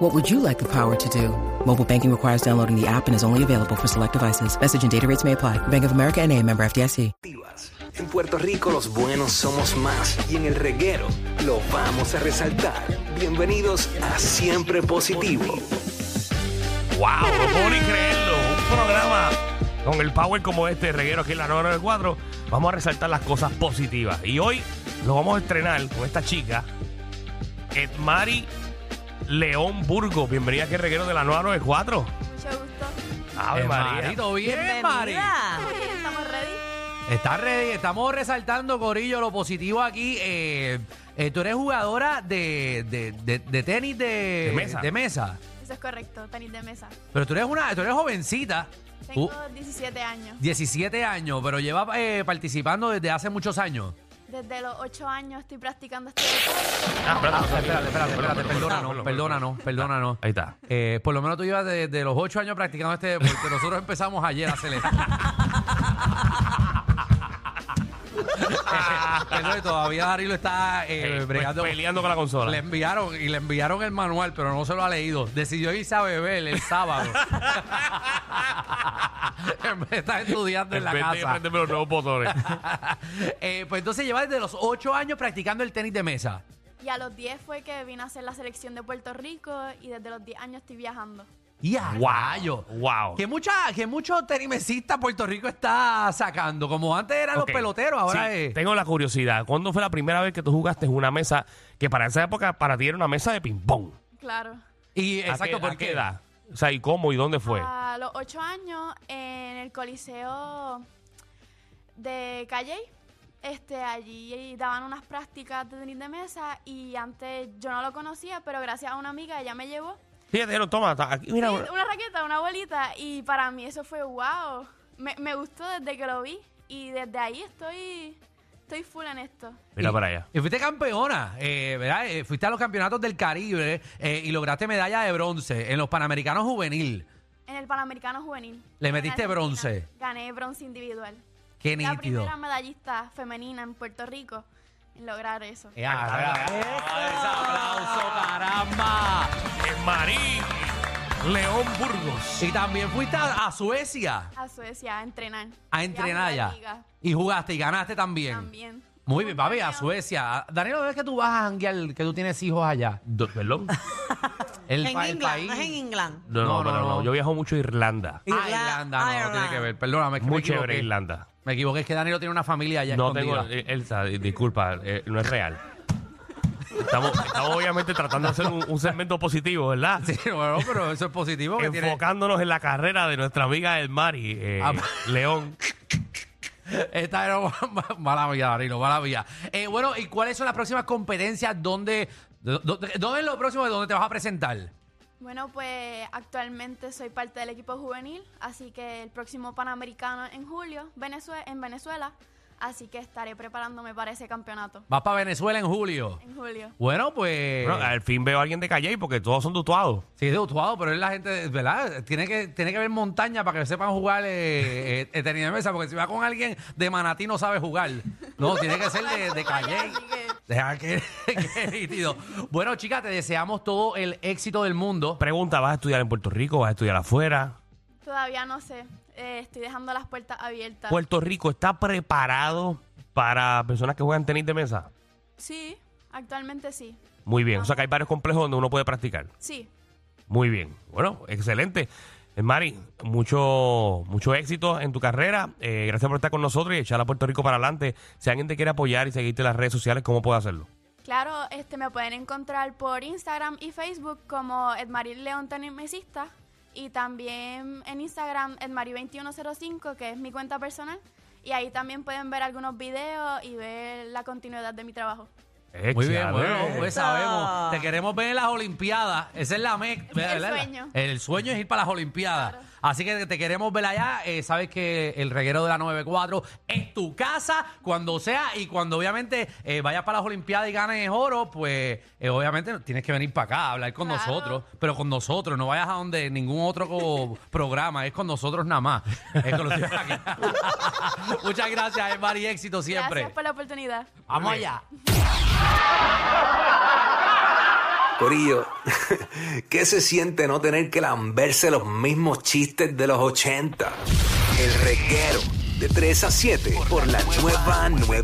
What would you like the power to do? Mobile banking requires downloading the app and is only available for select devices. Message and data rates may apply. Bank of America and a member FDIC. alternativas. En Puerto Rico los buenos somos más y en el reguero lo vamos a resaltar. Bienvenidos a Siempre Positivo. ¡Wow! No puedo ni creerlo. Un programa con el power como este, reguero aquí en la 994. Vamos a resaltar las cosas positivas. Y hoy lo vamos a estrenar con esta chica, Edmari León Burgo. Bienvenida aquí al reguero de la 994. Mucho gusto. ¡Ave María! Marito, bien, Mari. ¿Estamos ready? Está ready. Estamos resaltando, Corillo, lo positivo aquí. Eh, eh, tú eres jugadora de, de- de- de tenis de, De mesa. Eso es correcto, tenis de mesa. Pero tú eres una, tú eres jovencita. Tengo Tú, 17 años. 17 años, pero lleva eh, participando desde hace muchos años. Desde los 8 años estoy practicando este deporte. Ah, espérate, Espérate, espérate, espérate, perdónanos, perdónanos, perdónanos. Ahí está. Eh, por lo menos tú llevas desde los 8 años practicando este deporte. Nosotros empezamos ayer a hacer esto. Pero todavía Darilo está eh, Eh, bregando. peleando con la consola. Le enviaron y le enviaron el manual, pero no se lo ha leído. Decidió irse a beber el sábado. en vez de estar estudiando en la Vete y casa. préndeme los nuevos botones. Eh, pues entonces lleva desde los 8 años practicando el tenis de mesa. Y a los 10 fue que vine a hacer la selección de Puerto Rico y desde los 10 años estoy viajando. Y a guayo. Wow. Que mucha, que muchos tenimesistas Puerto Rico está sacando. Como antes eran Ok. los peloteros, ahora Sí, es. Tengo la curiosidad. ¿Cuándo fue la primera vez que tú jugaste en una mesa que para esa época para ti era una mesa de ping-pong? Claro. Y ¿A qué- exacto, a ¿por qué Ah. qué? edad? O sea, ¿y cómo y dónde fue? A los 8 años en el Coliseo de Calle. Este, allí daban unas prácticas de tenis de mesa y antes yo no lo conocía, pero gracias a una amiga ella me llevó Sí, te dijeron, toma, ta- aquí, mira, Sí, una raqueta, una bolita. Y para mí eso fue wow. Me, me gustó desde que lo vi. Y desde ahí estoy, estoy full en esto. mira Y- para allá. Y fuiste campeona, eh, ¿verdad? Eh, fuiste a los campeonatos del Caribe eh, y lograste medalla de bronce en los Panamericanos Juvenil. En el Panamericano Juvenil. Le En metiste Argentina. bronce. Gané bronce individual. Qué La nítido. primera medallista femenina en Puerto Rico en lograr eso. Eh, ah, ah, ah, ese aplauso, caramba! En Marín, Eh, León Burgos. Y también fuiste a, a Suecia A Suecia a entrenar. a entrenar allá. allá. Y jugaste y ganaste también. También. Muy bien, papi, a Campeón. Suecia. Daniel, ¿dónde es que tú vas a janguear, que tú tienes hijos allá? Do- ¿Perdón? El, En pa- el Inglaterra, país. no es en Inglaterra. No, no, no, No, no, no, no. Yo viajo mucho a Irlanda. Ah, Irlanda, no, no tiene que ver. Perdóname, es que Muy me chévere equivoqué. Irlanda. Me equivoqué, es que Danilo tiene una familia allá No tengo... escondida. eh, Elsa, eh, disculpa, eh, no es real. Estamos, estamos obviamente tratando de hacer un, un segmento positivo, ¿verdad? Sí, bueno, pero eso es positivo. que tiene- Enfocándonos en la carrera de nuestra amiga El Mari, eh, Ah, León. Esta era ma- mala vida, Danilo, mala vida. Eh, bueno, ¿y cuáles son las próximas competencias? ¿Dónde, do- do- dónde es lo próximo de dónde te vas a presentar? Bueno, pues actualmente soy parte del equipo juvenil, así que el próximo Panamericano en julio Venezue- en Venezuela, así que estaré preparándome para ese campeonato Vas para Venezuela en julio. en julio. Bueno, pues... Bueno, al fin veo a alguien de Calle porque todos son tutuados. Sí, es de Utuado, pero es la gente, ¿verdad? Tiene que, tiene que ver montaña para que sepan jugar eh, eh, eh, tenis de mesa, porque si va con alguien de Manatí no sabe jugar. No, tiene que ser de, de Calle. Así que Deja que, que nítido. Bueno, chicas, te deseamos todo el éxito del mundo. Pregunta, ¿vas a estudiar en Puerto Rico? ¿Vas a estudiar afuera? todavía no sé, eh, estoy dejando las puertas abiertas. Puerto Rico está preparado para personas que juegan tenis de mesa. Sí, actualmente sí, Muy bien. O sea que hay varios complejos donde uno puede practicar. sí. Muy bien. Bueno, excelente. Eh, Mari, mucho, mucho éxito en tu carrera. Eh, gracias por estar con nosotros y echar a Puerto Rico para adelante. Si alguien te quiere apoyar y seguirte en las redes sociales, ¿cómo puede hacerlo? Claro, este me pueden encontrar por Instagram y Facebook como Edmaril León Tenisista y también en Instagram Edmari2105, que es mi cuenta personal. Y ahí también pueden ver algunos videos y ver la continuidad de mi trabajo. Eh, Muy bien, chale. bueno, pues sabemos. Te queremos ver en las Olimpiadas. Esa es la meta. El sueño. El sueño es ir para las Olimpiadas. Así que te queremos ver allá. Eh, sabes que el reguero de la 94 es tu casa cuando sea y cuando obviamente eh, vayas para las Olimpiadas y ganes oro, pues eh, obviamente tienes que venir para acá a hablar con Claro. nosotros. Pero con nosotros, no vayas a donde ningún otro co- programa. Es con nosotros nada más. Es con los tíos aquí. Muchas gracias, Emma, y éxito siempre. Gracias por la oportunidad. Vamos allá. Corillo, ¿qué se siente no tener que lamberse los mismos chistes de los 80? El reguero de 3 a 7 por la nueva 9.